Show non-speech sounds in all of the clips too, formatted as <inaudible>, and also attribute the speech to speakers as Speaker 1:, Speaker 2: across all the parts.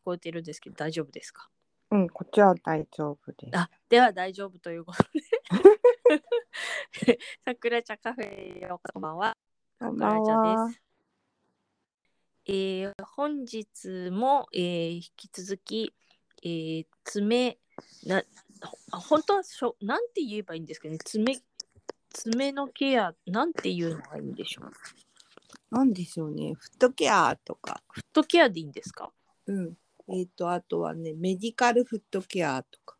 Speaker 1: こえているんですけど大丈夫ですか
Speaker 2: うん、こっちは大丈夫です。
Speaker 1: あでは大丈夫ということで <laughs> 桜茶カフェへようこそこんばんは
Speaker 2: こんばんは
Speaker 1: 桜茶ですえー本日も、えー引き続き、えー爪なほ本当はしょなんて言えばいいんですかね爪爪のケアなんていうのがいいんでしょう
Speaker 2: なんでしょうね、フットケアとか、
Speaker 1: フットケアでいいんですか
Speaker 2: うん、えっ、と、あとはね、メディカルフットケアとか。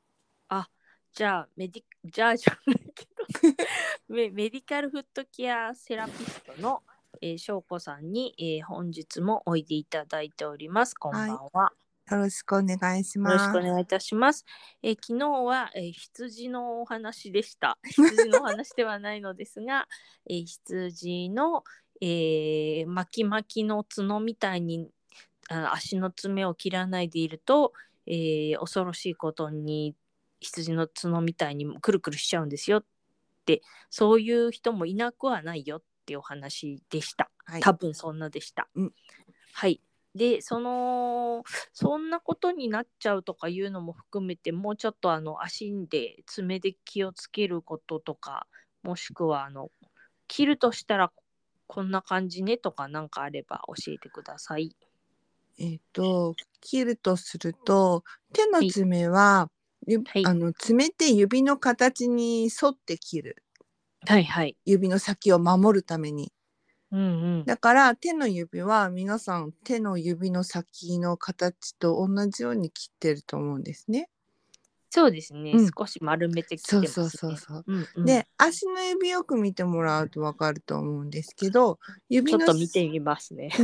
Speaker 1: じゃあメディじゃあじゃないけど <laughs> メメディカルフットケアセラピストのえー翔子、さんに、えー本日もおいでいただいておりますこんばんは、
Speaker 2: よろしくお願いし
Speaker 1: よ
Speaker 2: ま
Speaker 1: ろ
Speaker 2: す。
Speaker 1: しくお願いいたします。えー昨日は、えー羊のお話でした。羊のお話ではないのですが、えー羊の、えー巻き巻きの角みたいにあ足の爪を切らないでいると、えー恐ろしいことに羊の角みたいにくるくるしちゃうんですよってそういう人もいなくはないよっていうお話でした。
Speaker 2: はい
Speaker 1: 多分そんなでした。
Speaker 2: うん
Speaker 1: はいでそのそんなことになっちゃうとかいうのも含めてもうちょっとあの足で爪で気をつけることとかもしくはあの切るとしたらこんな感じねとかなんかあれば教えてください。
Speaker 2: えっ、と、切るとすると、手の爪は、ゆ
Speaker 1: はい
Speaker 2: あの爪って指の形に沿って切る
Speaker 1: はいはい。
Speaker 2: 指の先を守るために
Speaker 1: うんうん。
Speaker 2: だから手の指は皆さん手の指の先の形と同じように切ってると思うんですね。
Speaker 1: そうですね。
Speaker 2: うん
Speaker 1: 少し丸めて切ってま
Speaker 2: そ
Speaker 1: す、
Speaker 2: う
Speaker 1: ね。
Speaker 2: そうそうそう。
Speaker 1: うんうん、
Speaker 2: で足の指よく見てもらうとわかると思うんですけど
Speaker 1: ち
Speaker 2: 指
Speaker 1: ょっ
Speaker 2: の
Speaker 1: と見てみますね。 <laughs>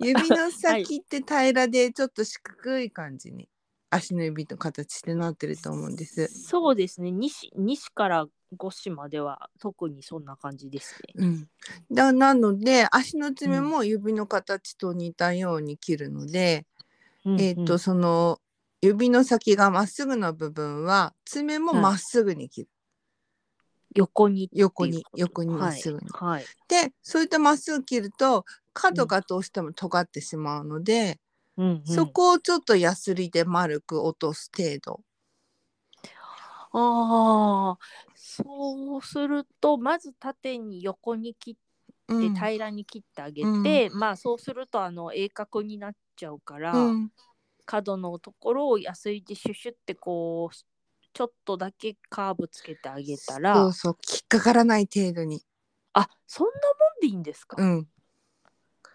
Speaker 2: 指の先って平らでちょっと四角い感じに足の指の形ってなってると思うんです。
Speaker 1: そうですね。西西から五市までは特にそんな感じですね。
Speaker 2: うん、だなので足の爪
Speaker 1: うん
Speaker 2: も指の形と似たように切るので、
Speaker 1: うん
Speaker 2: えっ、と、
Speaker 1: うん
Speaker 2: その指の先がまっすぐの部分は爪もまっすぐに切る、
Speaker 1: 横にっていう
Speaker 2: 横に
Speaker 1: こと
Speaker 2: 横にまっすぐに。
Speaker 1: はい。はい
Speaker 2: でそういったまっすぐ切ると角がどうしても尖ってしまうので、
Speaker 1: うんうん
Speaker 2: そこをちょっとヤスリで丸く落とす程度。
Speaker 1: ああそうするとまず縦に横に切って
Speaker 2: うん
Speaker 1: 平らに切ってあげて、まあそうするとあの鋭角になっちゃうから、
Speaker 2: うん
Speaker 1: 角のところをヤスリでシュシュってこうちょっとだけカーブつけてあげたら
Speaker 2: そうそう引っかからない程度に、
Speaker 1: あそんなもんでいいんですか、
Speaker 2: うん、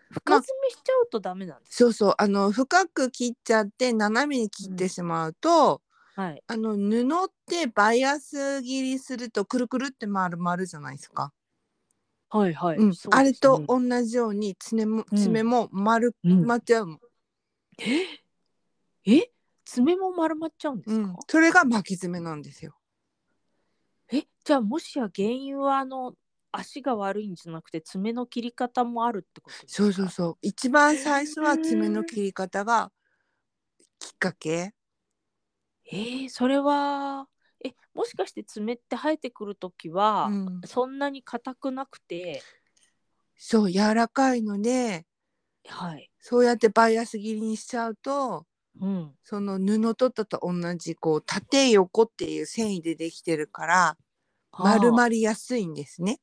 Speaker 1: 深爪しちゃうとダメなんです
Speaker 2: そうそうあの深く切っちゃって斜めに切ってしまうと、
Speaker 1: はい
Speaker 2: あの布ってバイアス切りするとくるくるって丸まるじゃないですか。
Speaker 1: はいはい、
Speaker 2: うん
Speaker 1: そうですね
Speaker 2: あれと同じように爪も
Speaker 1: うん
Speaker 2: 爪も丸
Speaker 1: うん
Speaker 2: まっちゃうもん、
Speaker 1: え爪も丸まっちゃうんで
Speaker 2: う
Speaker 1: す
Speaker 2: ん
Speaker 1: か、
Speaker 2: それが巻き爪なんですよ。
Speaker 1: えじゃあもしや原因はあの足が悪いんじゃなくて爪の切り方もあるってことですか
Speaker 2: そうそうそう一番最初は爪の切り方がきっかけ
Speaker 1: えー、それはえもしかして爪って生えてくるときは、
Speaker 2: うん、
Speaker 1: そんなに硬くなくて
Speaker 2: そう柔らかいので
Speaker 1: はい
Speaker 2: そうやってバイアス切りにしちゃうと
Speaker 1: うん
Speaker 2: その布取ったと同じこう縦横っていう繊維でできてるから丸
Speaker 1: あ
Speaker 2: まりやすいんですね。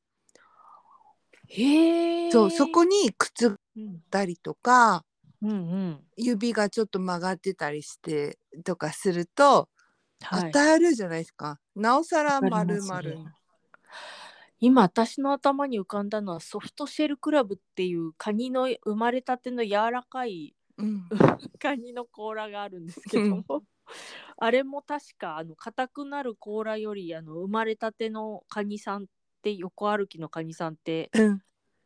Speaker 1: ーへえ
Speaker 2: そうそこに靴があっ
Speaker 1: うん
Speaker 2: たりとか
Speaker 1: うんうん
Speaker 2: 指がちょっと曲がってたりしてとかすると
Speaker 1: はい
Speaker 2: 与えるじゃないですか、なおさら
Speaker 1: わかり
Speaker 2: 丸
Speaker 1: ます
Speaker 2: 々、
Speaker 1: ね今私の頭に浮かんだのはソフトシェルクラブっていうカニの生まれたての柔らかい
Speaker 2: うん、
Speaker 1: カニの甲羅があるんですけども、あれも確かあの硬くなる甲羅よりあの生まれたてのカニさんって横歩きのカニさんって
Speaker 2: うん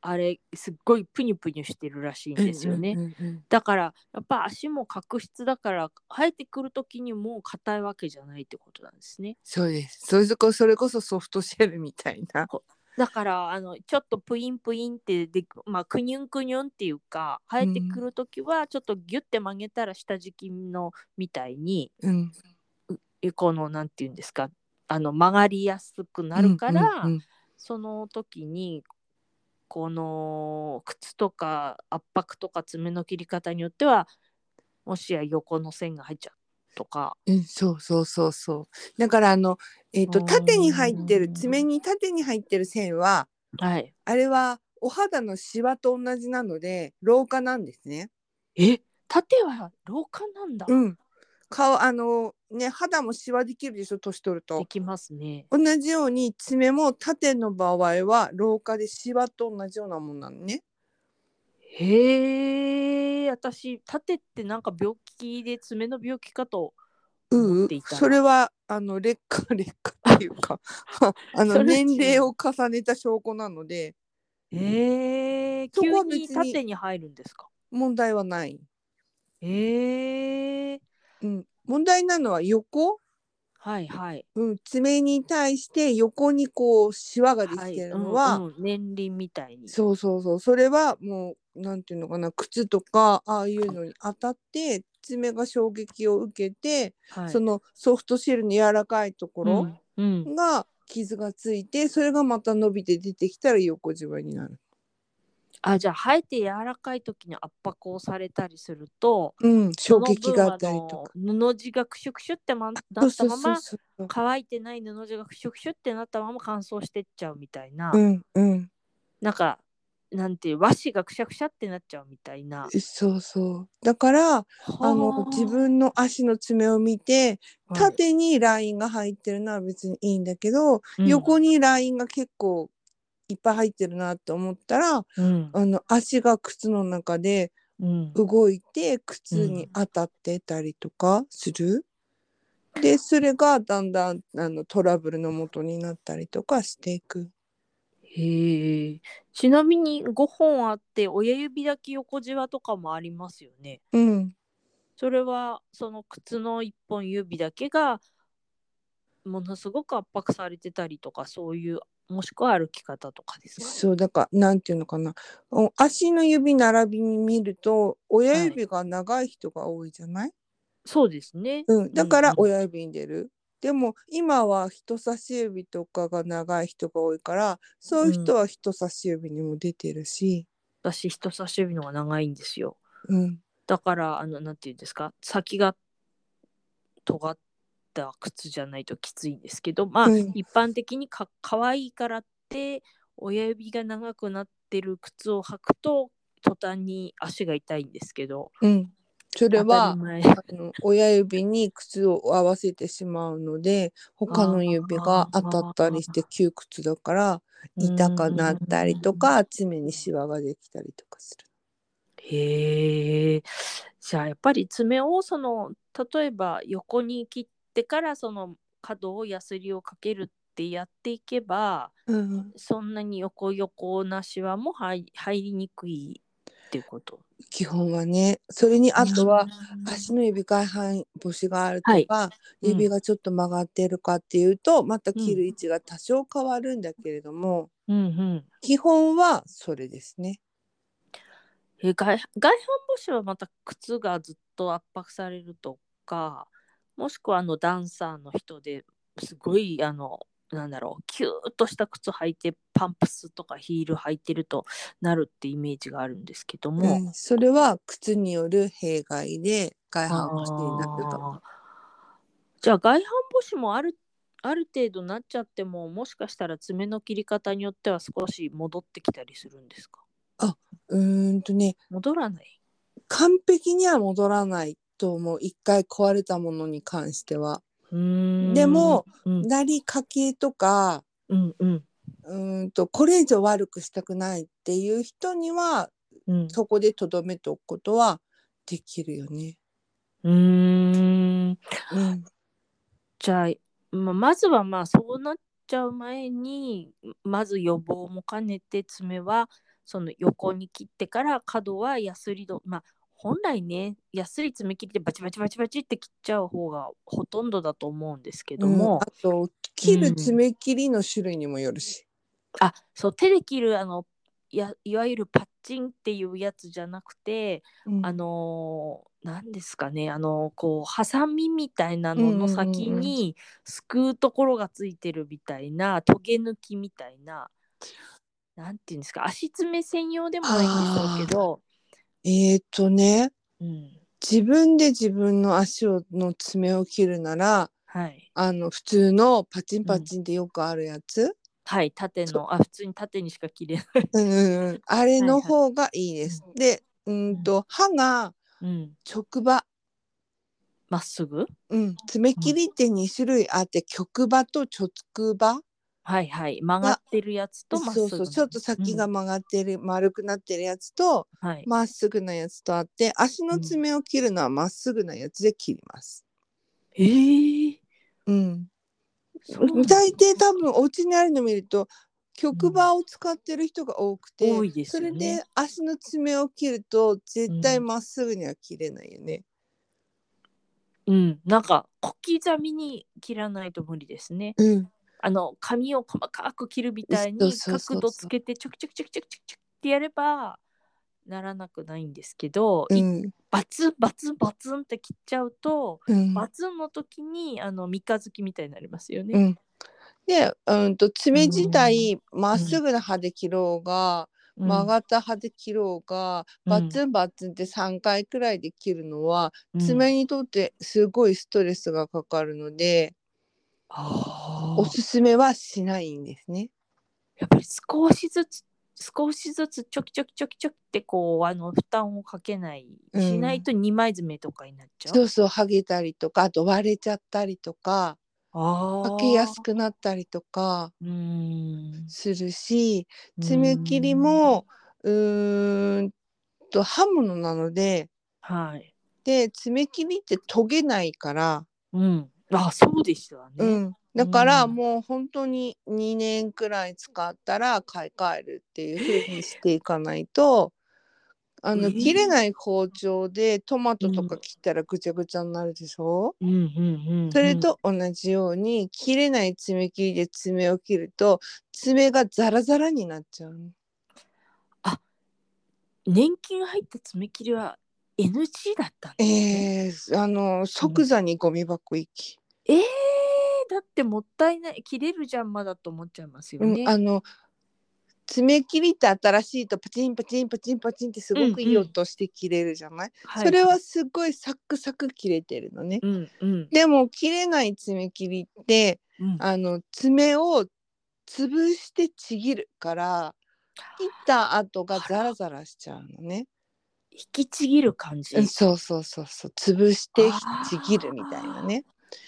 Speaker 1: あれすっごいプニュプニュしてるらしいんですよね、
Speaker 2: うんうんうん
Speaker 1: だからやっぱ足も角質だから生えてくる時にもう硬いわけじゃないってことなんですね
Speaker 2: そうですそれこそれこそソフトシェルみたいな
Speaker 1: だからあのちょっとプインプインってでまあクニュンクニュンっていうか生えてくる時はちょっとギュッて曲げたら下敷きのみたいに
Speaker 2: うん
Speaker 1: えこのなんていうんですかあの曲がりやすくなるから、
Speaker 2: うんうん
Speaker 1: その時にこの靴とか圧迫とか爪の切り方によってはもしや横の線が入っちゃうとか
Speaker 2: うん、そうそうそうそう。だからあの、えっ、と、
Speaker 1: うん
Speaker 2: 縦に入ってる、爪に縦に入ってる線は、
Speaker 1: はい
Speaker 2: あれはお肌のシワと同じなので、老化なんですね。
Speaker 1: え縦は老化なんだ、
Speaker 2: うん。顔、あの、ね、肌もシワできるでしょ、年取る
Speaker 1: で
Speaker 2: と。
Speaker 1: きますね
Speaker 2: 同じように爪も縦の場合は老化でシワと同じようなもんなのね。
Speaker 1: へえ私縦ってなんか病気で爪の病気かと
Speaker 2: う
Speaker 1: 思
Speaker 2: う
Speaker 1: っていたら
Speaker 2: それはあの劣化 <laughs> 劣化っていうか <laughs> あ
Speaker 1: そ
Speaker 2: の
Speaker 1: れ違う
Speaker 2: 年齢を重ねた証拠なので
Speaker 1: えー、
Speaker 2: そこ
Speaker 1: 急
Speaker 2: は別に
Speaker 1: に縦に入るんですか
Speaker 2: 問題はない、
Speaker 1: えー、
Speaker 2: うん、問題なのは横、
Speaker 1: はいはい
Speaker 2: うん、爪に対して横にこうシワができてるのは、
Speaker 1: いうんうん年輪みたいに
Speaker 2: そうそうそうそれはもうなんていうのかな靴とかああいうのに当たって爪が衝撃を受けて、
Speaker 1: はい、
Speaker 2: そのソフトシェルの柔らかいところ、
Speaker 1: うんうん
Speaker 2: が傷がついてそれがまた伸びて出てきたら横じわになる。
Speaker 1: あじゃあ生えて柔らかい時に圧迫をされたりすると
Speaker 2: うん、衝
Speaker 1: そ
Speaker 2: 撃
Speaker 1: の分
Speaker 2: があったりとか。
Speaker 1: の布地がクシュクシュってまな
Speaker 2: そう
Speaker 1: った
Speaker 2: そう
Speaker 1: ま
Speaker 2: そう
Speaker 1: ま
Speaker 2: そう。
Speaker 1: 乾いてない布地がクシュクシュってなったまま乾燥してっちゃうみたいな、
Speaker 2: うんうん。
Speaker 1: なんかなんていう和紙がくしゃくしゃってなっちゃうみたいな
Speaker 2: そうそう。だからあの自分の足の爪を見て縦にラインが入ってるのは別にいいんだけど、横にラインが結構いっぱい入ってるなって思ったら
Speaker 1: うん
Speaker 2: あの足が靴の中で
Speaker 1: うん
Speaker 2: 動いて靴に当たってたりとかする、でそれがだんだんあのトラブルの元になったりとかしていく
Speaker 1: へえちなみに5本あって親指だけ横じわとかもありますよね
Speaker 2: うん
Speaker 1: それはその靴の1本指だけがものすごく圧迫されてたりとかそういうもしくは歩き方とかですか
Speaker 2: そうだからなんていうのかなお足の指並びに見ると親指が長い人が多いじゃない、
Speaker 1: そうですね。
Speaker 2: うん、だから
Speaker 1: うんうん
Speaker 2: 親指に出る。でも今は人差し指とかが長い人が多いからそういう人は人差し指にも出てるし、
Speaker 1: 私人差し指の方が長いんですよ。
Speaker 2: うん、
Speaker 1: だからあのなんていうんですか先が尖った靴じゃないときついんですけどまあ、
Speaker 2: うん
Speaker 1: 一般的にか可愛いからって親指が長くなってる靴を履くと途端に足が痛いんですけど
Speaker 2: うん、それ
Speaker 1: 当た
Speaker 2: は
Speaker 1: り前
Speaker 2: あの親指に靴を合わせてしまうので他の指が当たったりして窮屈だから痛くなったりとか爪にシワができたりとかする。
Speaker 1: へえ。じゃあやっぱり爪をその例えば横に切ってからその角をやすりをかけるってやっていけば
Speaker 2: うん、
Speaker 1: そんなに横横なしはも入入りにくいっていうこと。
Speaker 2: 基本はねそれにあとは
Speaker 1: うん
Speaker 2: 足の指外反母趾があると
Speaker 1: はい
Speaker 2: か、
Speaker 1: うん
Speaker 2: 指がちょっと曲がってるかっていうとまた切る位置が多少変わるんだけれども、
Speaker 1: うんうん。
Speaker 2: 基本はそれですね。
Speaker 1: え外外反母趾はまた靴がずっと圧迫されるとかもしくはあのダンサーの人ですごいあのなんだろうキューッとした靴履いてパンプスとかヒール履いてるとなるってイメージがあるんですけども、
Speaker 2: うん、それは靴による弊害で外反母趾になってた。
Speaker 1: あーじゃあ外反母趾もあるある程度なっちゃってももしかしたら爪の切り方によっては少し戻ってきたりするんですか
Speaker 2: うーんとね
Speaker 1: 戻らない
Speaker 2: 完璧には戻らないと思う一回壊れたものに関しては。
Speaker 1: うーん
Speaker 2: でも、
Speaker 1: うん
Speaker 2: なりかけとか
Speaker 1: うんうん
Speaker 2: うーんとこれ以上悪くしたくないっていう人には
Speaker 1: うん、
Speaker 2: そこでとどめておくことはできるよね。
Speaker 1: うーん
Speaker 2: うん、
Speaker 1: じゃあ、まあまずはまあそうなっちゃう前にまず予防も兼ねて爪はその横に切ってから角はやすりどまあ本来ねやすり爪切りでバチバチバチバチって切っちゃう方がほとんどだと思うんですけど
Speaker 2: うん
Speaker 1: も、
Speaker 2: あと切
Speaker 1: う
Speaker 2: る
Speaker 1: ん
Speaker 2: 爪切りの種類にもよるし。
Speaker 1: あそう手で切るあのやいわゆるパッチンっていうやつじゃなくて
Speaker 2: うん
Speaker 1: あのー何ですかねあのーこうハサミみたいなのの先
Speaker 2: うんうんうん
Speaker 1: にすくうところがついてるみたいなトゲ抜きみたいななんていうんですか足爪専用でもないんでしょうけど、
Speaker 2: えー、とね
Speaker 1: うん、
Speaker 2: 自分で自分の足をの爪を切るなら
Speaker 1: はい。
Speaker 2: あの普通のパチンパチンってよくあるやつ、
Speaker 1: はい、縦
Speaker 2: そう
Speaker 1: の、あ、普通に縦にしか切れない。
Speaker 2: うんうんうん、あれ
Speaker 1: は
Speaker 2: の
Speaker 1: いはい
Speaker 2: 方がいいです。でうんと歯が
Speaker 1: うん。
Speaker 2: 直歯、
Speaker 1: まっすぐ
Speaker 2: うん、爪切りって2種類あって曲歯と直歯
Speaker 1: はいはい。曲がってるやつとまっす
Speaker 2: そ
Speaker 1: ぐ。
Speaker 2: うそうちょっと先が
Speaker 1: うん
Speaker 2: 曲がってる、丸くなってるやつと
Speaker 1: はい。
Speaker 2: まっすぐなやつとあって足の爪を切るのはまっすぐなやつで切ります。
Speaker 1: えー、
Speaker 2: うん、
Speaker 1: そうなんだ
Speaker 2: 大抵多分お家にあるの見ると曲刃を使ってる人が多くて、
Speaker 1: 多いです
Speaker 2: そ
Speaker 1: よ
Speaker 2: れ
Speaker 1: ね。
Speaker 2: で足の爪を切ると絶対
Speaker 1: うん
Speaker 2: まっすぐには切れないよね。
Speaker 1: うん、なんか小刻みに切らないと無理ですね。
Speaker 2: うん、
Speaker 1: あの髪を細かく切るみたい
Speaker 2: そう
Speaker 1: に
Speaker 2: そうそうそう
Speaker 1: 角度つけてちょくちょくちょくちょくちょくちょくってやればならなくないんですけど、
Speaker 2: う
Speaker 1: い
Speaker 2: ん
Speaker 1: バツンバツンバツンって切っちゃうと、
Speaker 2: うん
Speaker 1: バツンの時にあの三日月みたいになりますよ
Speaker 2: う
Speaker 1: ね。
Speaker 2: ん、で、うん、と爪自体まっすぐな歯で切ろう
Speaker 1: う
Speaker 2: が、
Speaker 1: ん
Speaker 2: 曲がった歯で切ろうが、バツンバツンって3回くらいで切るのは、
Speaker 1: うん
Speaker 2: 爪にとってすごいストレスがかかるので、
Speaker 1: あ
Speaker 2: お
Speaker 1: ー
Speaker 2: すすめはしないんですね。
Speaker 1: やっぱり少しずつ少しずつちょきちょきちょきちょきってこうあの負担をかけない
Speaker 2: うん
Speaker 1: しないと二枚爪とかになっちゃう。
Speaker 2: そうそう剥げたりとかあと割れちゃったりとか
Speaker 1: ああ
Speaker 2: かけやすくなったりとか
Speaker 1: うーん
Speaker 2: するし爪切りもうーんと刃物なので
Speaker 1: うーんはい
Speaker 2: で爪切りって研げないから、
Speaker 1: うんあそうでしたね、
Speaker 2: うん、だから
Speaker 1: うん
Speaker 2: もう本当に2年くらい使ったら買い替えるっていう風にしていかないと。あ
Speaker 1: え
Speaker 2: の
Speaker 1: ー
Speaker 2: 切れない包丁でトマトとか
Speaker 1: うん
Speaker 2: 切ったらぐちゃぐちゃになるでしょ、
Speaker 1: うんうんうんうん
Speaker 2: それと同じように切れない爪切りで爪を切ると爪がザラザラになっちゃうの。
Speaker 1: 年金入った爪切りは NG だったんですね
Speaker 2: えー、あの即座にゴミ箱行き、
Speaker 1: えーだってもったいない切れるじゃんまだと思っちゃいますよ
Speaker 2: うん
Speaker 1: ね、
Speaker 2: あの爪切りって新しいとパチンパチンパチンパチンってすごくいい音して切れるじゃない、
Speaker 1: はい
Speaker 2: それはすごいサクサク切れてるのね。
Speaker 1: うんうん
Speaker 2: でも切れない爪切りって
Speaker 1: うん
Speaker 2: あの爪を潰してちぎるから切った跡がザラザラしちゃうのね。
Speaker 1: 引きちぎる感じ、
Speaker 2: うんそうそうそうそう潰して
Speaker 1: あー
Speaker 2: ちぎるみたいなね。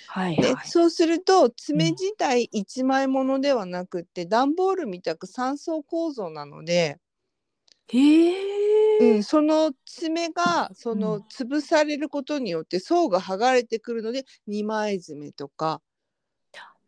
Speaker 1: はい
Speaker 2: で
Speaker 1: はい
Speaker 2: そうすると爪自体一枚ものではなくって段ボールみたく3層構造なので、
Speaker 1: へ
Speaker 2: う
Speaker 1: え、
Speaker 2: ん、その爪がそ
Speaker 1: う
Speaker 2: の
Speaker 1: ん
Speaker 2: 潰されることによって層が剥がれてくるので2枚爪とか、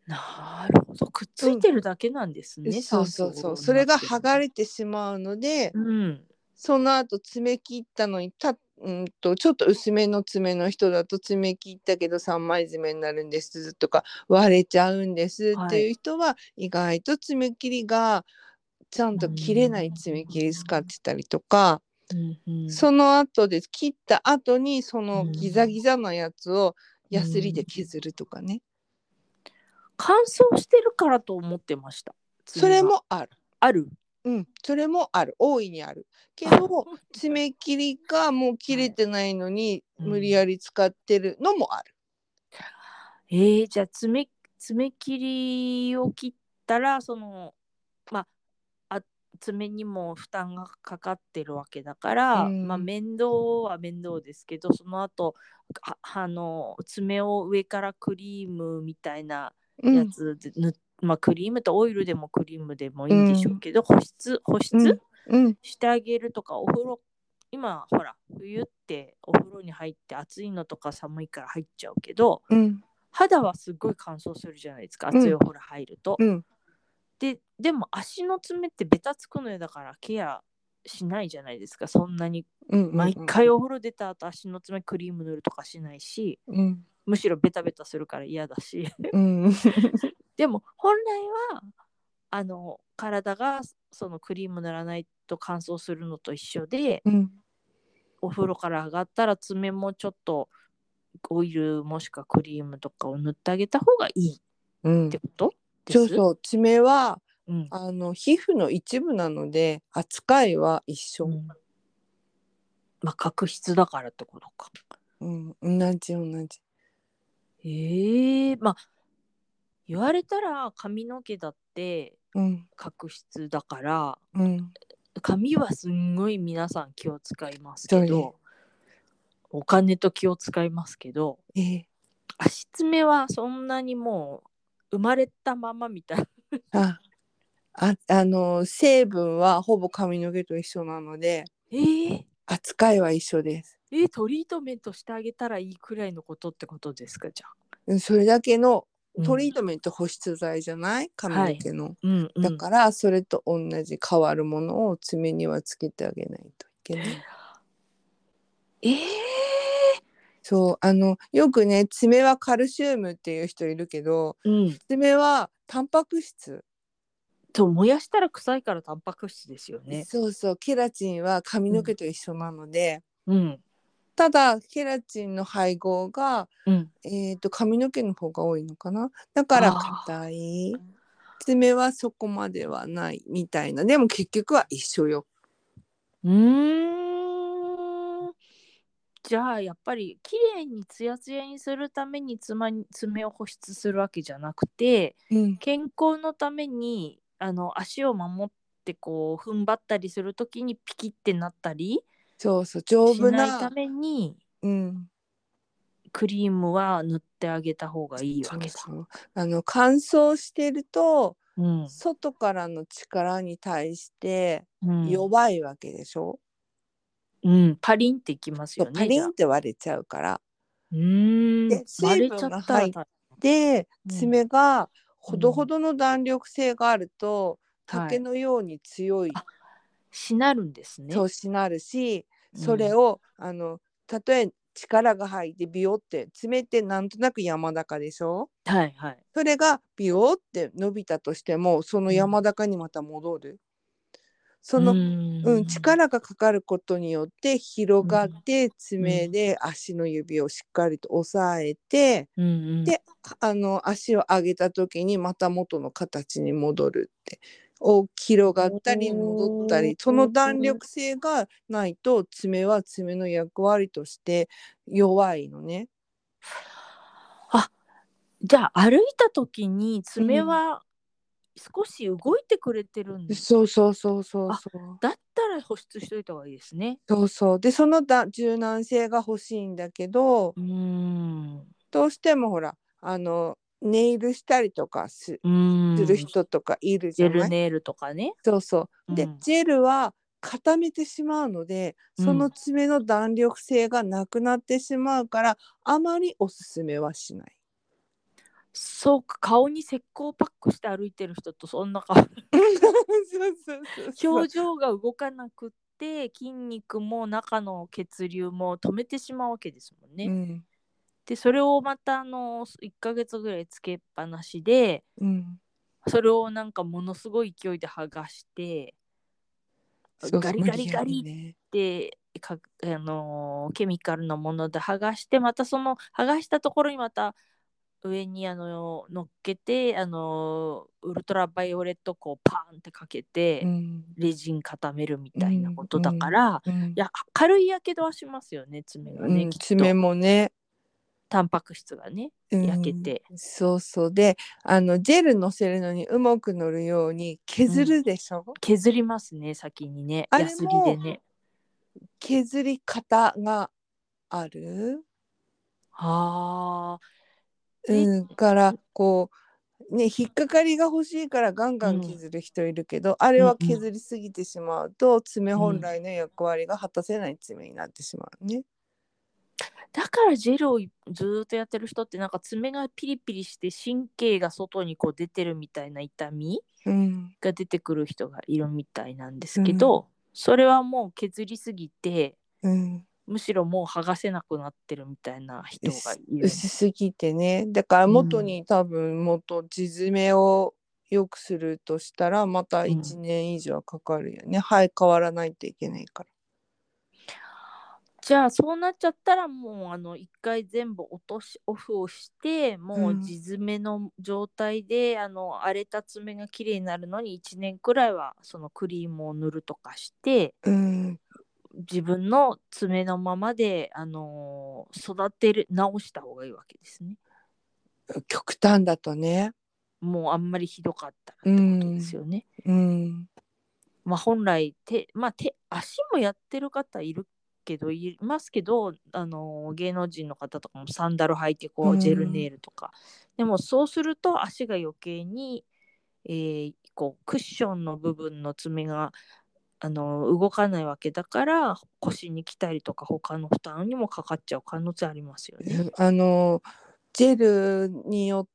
Speaker 1: なるほどくっついてるだけなんですね、
Speaker 2: そうそうそう
Speaker 1: 酸素
Speaker 2: それが剥が
Speaker 1: れ
Speaker 2: れてしまうので
Speaker 1: うん
Speaker 2: その後爪切ったのにたうんとちょっと薄めの爪の人だと爪切ったけど3枚爪になるんですとか割れちゃうんです
Speaker 1: はい
Speaker 2: っていう人は意外と爪切りがちゃんと切れない爪切り使ってたりとか、
Speaker 1: うんうん、
Speaker 2: その後で切った後にその
Speaker 1: うん
Speaker 2: ギザギザのやつをヤスリで削るとかね、
Speaker 1: 乾燥してるからと思ってました。
Speaker 2: それもある。
Speaker 1: ある。
Speaker 2: うん、それもある大いにあるけ
Speaker 1: <laughs>
Speaker 2: ど爪切りがもう切れてないのに
Speaker 1: うん
Speaker 2: 無理やり使ってるのもある。
Speaker 1: えー、じゃあ爪爪切りを切ったらそのまああ爪にも負担がかかってるわけだから、
Speaker 2: うん
Speaker 1: まあ面倒は面倒ですけどその後ああの爪を上からクリームみたいな
Speaker 2: うん
Speaker 1: やつで塗っまあ、クリームとオイルでもクリームでもいいんでしょうけど、保湿保湿、
Speaker 2: うんうん
Speaker 1: してあげるとかお風呂今ほら冬ってお風呂に入って暑いのとか寒いから入っちゃうけど
Speaker 2: うん
Speaker 1: 肌はすっごい乾燥するじゃないですか
Speaker 2: うん
Speaker 1: 暑いお風呂入ると。
Speaker 2: うん
Speaker 1: ででも足の爪ってベタつくのよだからケアしないじゃないですかそんなに
Speaker 2: うん
Speaker 1: 毎回お風呂出た後足の爪クリーム塗るとかしないし
Speaker 2: うん
Speaker 1: むしろベタベタするから嫌だし。 <laughs>
Speaker 2: うん
Speaker 1: でも本来はあの体がそのクリーム塗らないと乾燥するのと一緒で
Speaker 2: うん
Speaker 1: お風呂から上がったら爪もちょっとオイルもしくはクリームとかを塗ってあげた方がいい
Speaker 2: うん
Speaker 1: ってことです
Speaker 2: そうそう爪は
Speaker 1: うん
Speaker 2: あの皮膚の一部なので扱いは一緒、
Speaker 1: うんまあ、角質だからってことか。
Speaker 2: うん、同じ同じ。
Speaker 1: ええまあ言われたら髪の毛だって
Speaker 2: うん、
Speaker 1: 角質だから
Speaker 2: うん。
Speaker 1: 髪はすんごい皆さん気を使います
Speaker 2: そ
Speaker 1: け
Speaker 2: うね
Speaker 1: どお金と気を使いますけど
Speaker 2: ええ
Speaker 1: 足爪はそんなにもう生まれたままみたいな。 <laughs>
Speaker 2: あ、あ、あの、成分はほぼ髪の毛と一緒なので、
Speaker 1: えー、
Speaker 2: 扱いは一緒です。
Speaker 1: えトリートメントしてあげたらいいくらいのことってことですかじゃあ。
Speaker 2: うんそれだけの
Speaker 1: うん
Speaker 2: トリートメント保湿剤じゃない髪の毛の。
Speaker 1: うんうん
Speaker 2: だからそれと同じ変わるものを爪にはつけてあげないといけない。
Speaker 1: ええ
Speaker 2: そうあのよくね爪はカルシウムっていう人いるけど
Speaker 1: うん、
Speaker 2: 爪はタンパク質、
Speaker 1: と燃やしたら臭いからタンパク質ですよね。
Speaker 2: そうそうケラチンは髪の毛と一緒なので、
Speaker 1: うん、
Speaker 2: ただケラチンの配合が、
Speaker 1: うん、
Speaker 2: えー、と髪の毛の方が多いのかなだから
Speaker 1: あー
Speaker 2: 硬い爪はそこまではないみたいなでも結局は一緒よ。
Speaker 1: うーんじゃあやっぱり綺麗にツヤツヤにするためにつま爪を保湿するわけじゃなくて
Speaker 2: うん、
Speaker 1: 健康のためにあの足を守ってこう踏ん張ったりするときにピキってなったり
Speaker 2: そうそう丈
Speaker 1: し
Speaker 2: 夫
Speaker 1: ないた
Speaker 2: な、
Speaker 1: めに
Speaker 2: うん、
Speaker 1: クリームは塗ってあげた方がいいわ
Speaker 2: そ
Speaker 1: け
Speaker 2: う
Speaker 1: だ。
Speaker 2: そうあの乾燥してると
Speaker 1: うん
Speaker 2: 外からの力に対して
Speaker 1: うん
Speaker 2: 弱いわけでしょ、
Speaker 1: うん、パリンっていきます
Speaker 2: そう
Speaker 1: よね。
Speaker 2: パリ
Speaker 1: じゃあ
Speaker 2: ンって割れちゃうから。
Speaker 1: うーん
Speaker 2: で
Speaker 1: 割れちゃったら
Speaker 2: 水分で
Speaker 1: うん
Speaker 2: 爪がほどほどの弾力性があると、竹のように強い、
Speaker 1: あしなるんですね。
Speaker 2: 調子になるし、
Speaker 1: うん
Speaker 2: それをあのたとえ力が入ってビヨって爪ってなんとなく山高でしょ
Speaker 1: はいはい。
Speaker 2: それがビヨって伸びたとしてもその山高にまた戻る。その
Speaker 1: うーん
Speaker 2: うん、力がかかることによって広がって爪で足の指をしっかりと押さえて、
Speaker 1: うんうん、
Speaker 2: であの足を上げた時にまた元の形に戻るってを広がったり戻った
Speaker 1: お
Speaker 2: り
Speaker 1: ー
Speaker 2: その弾力性がないと爪は爪の役割として弱いのね。
Speaker 1: じゃあ歩いた時に爪は少し動いてくれてるんです、
Speaker 2: そうそうそうそう
Speaker 1: あ
Speaker 2: そう。
Speaker 1: だったら保湿しといた方がいいですね。
Speaker 2: そうそうでそのだ柔軟性が欲しいんだけど
Speaker 1: うーんう
Speaker 2: どうしてもほらあのネイルしたりとかす
Speaker 1: ーん
Speaker 2: する人とかいるじ
Speaker 1: ジェ
Speaker 2: ゃない、
Speaker 1: ルネイルとかね。
Speaker 2: そうそう。で、
Speaker 1: うん
Speaker 2: ジェルは固めてしまうので、その爪の弾力性がなくなってしまうから、あまりおすすめはしない。
Speaker 1: そうか顔に石膏パックして歩いてる人とそん
Speaker 2: <laughs>
Speaker 1: な顔
Speaker 2: <laughs> そうそうそうそう
Speaker 1: 表情が動かなくって筋肉も中の血流も止めてしまうわけですもんね。
Speaker 2: うん
Speaker 1: でそれをまたあの1ヶ月ぐらいつけっぱなしで
Speaker 2: うん。
Speaker 1: それをなんかものすごい勢いで剥がして
Speaker 2: そう
Speaker 1: ガリガリガリ
Speaker 2: 無理やりね。
Speaker 1: でか、あのーケミカルなもので剥がしてまたその剥がしたところにまた上にあの乗っけて、あのーウルトラバイオレットこうパーンってかけて、
Speaker 2: うん。
Speaker 1: レジン固めるみたいなことだから、
Speaker 2: うん <laughs>
Speaker 1: いや軽いやけどはしますよね爪が
Speaker 2: う
Speaker 1: ね、
Speaker 2: ん、
Speaker 1: きっと
Speaker 2: 爪もね、
Speaker 1: タンパク質がね
Speaker 2: うん
Speaker 1: 焼けて、
Speaker 2: そうそうであのジェルのせるのにうまく乗るように削るでしょ、
Speaker 1: 削りますね先にね
Speaker 2: あ
Speaker 1: ヤ
Speaker 2: れも
Speaker 1: スリでね。
Speaker 2: 削り方がある
Speaker 1: あーえ
Speaker 2: うん、からこうね引っかかりが欲しいからガンガン削る人いるけど、あれは
Speaker 1: うんうん
Speaker 2: 削りすぎてしまうと爪本来の役割が果たせない爪になってしまうね。
Speaker 1: だからジェルをずーっとやってる人ってなんか爪がピリピリして神経が外にこう出てるみたいな痛み
Speaker 2: うん、
Speaker 1: が出てくる人がいるみたいなんですけど、それはもう削りすぎて
Speaker 2: うん、
Speaker 1: むしろもう剥がせなくなってるみたいな人がいる。
Speaker 2: 薄すぎてねだから元に多分もっと地爪を良くするとしたらまた
Speaker 1: うん
Speaker 2: 1年以上はかかるよね、生え変わらないといけないから。
Speaker 1: じゃあそうなっちゃったらもうあの一回全部落としオフをしても
Speaker 2: うん
Speaker 1: う地爪の状態で、あの荒れた爪が綺麗になるのに1年くらいはそのクリームを塗るとかして
Speaker 2: うん、
Speaker 1: 自分の爪のままで、あのー育てる直した方がいいわけですね。
Speaker 2: 極端だとね。
Speaker 1: もうあんまりひどかったらってことですよね。
Speaker 2: うん。
Speaker 1: まあ、本来手、まあ、手足もやってる方いるけどいますけど、あのー芸能人の方とかもサンダル履いてこ
Speaker 2: う
Speaker 1: うんジェルネイルとか、でもそうすると足が余計に、えーこうクッションの部分の爪が、あのー動かないわけだから腰に来たりとか他の負担にもかかっちゃう可能性ありますよね。
Speaker 2: あのジェルによって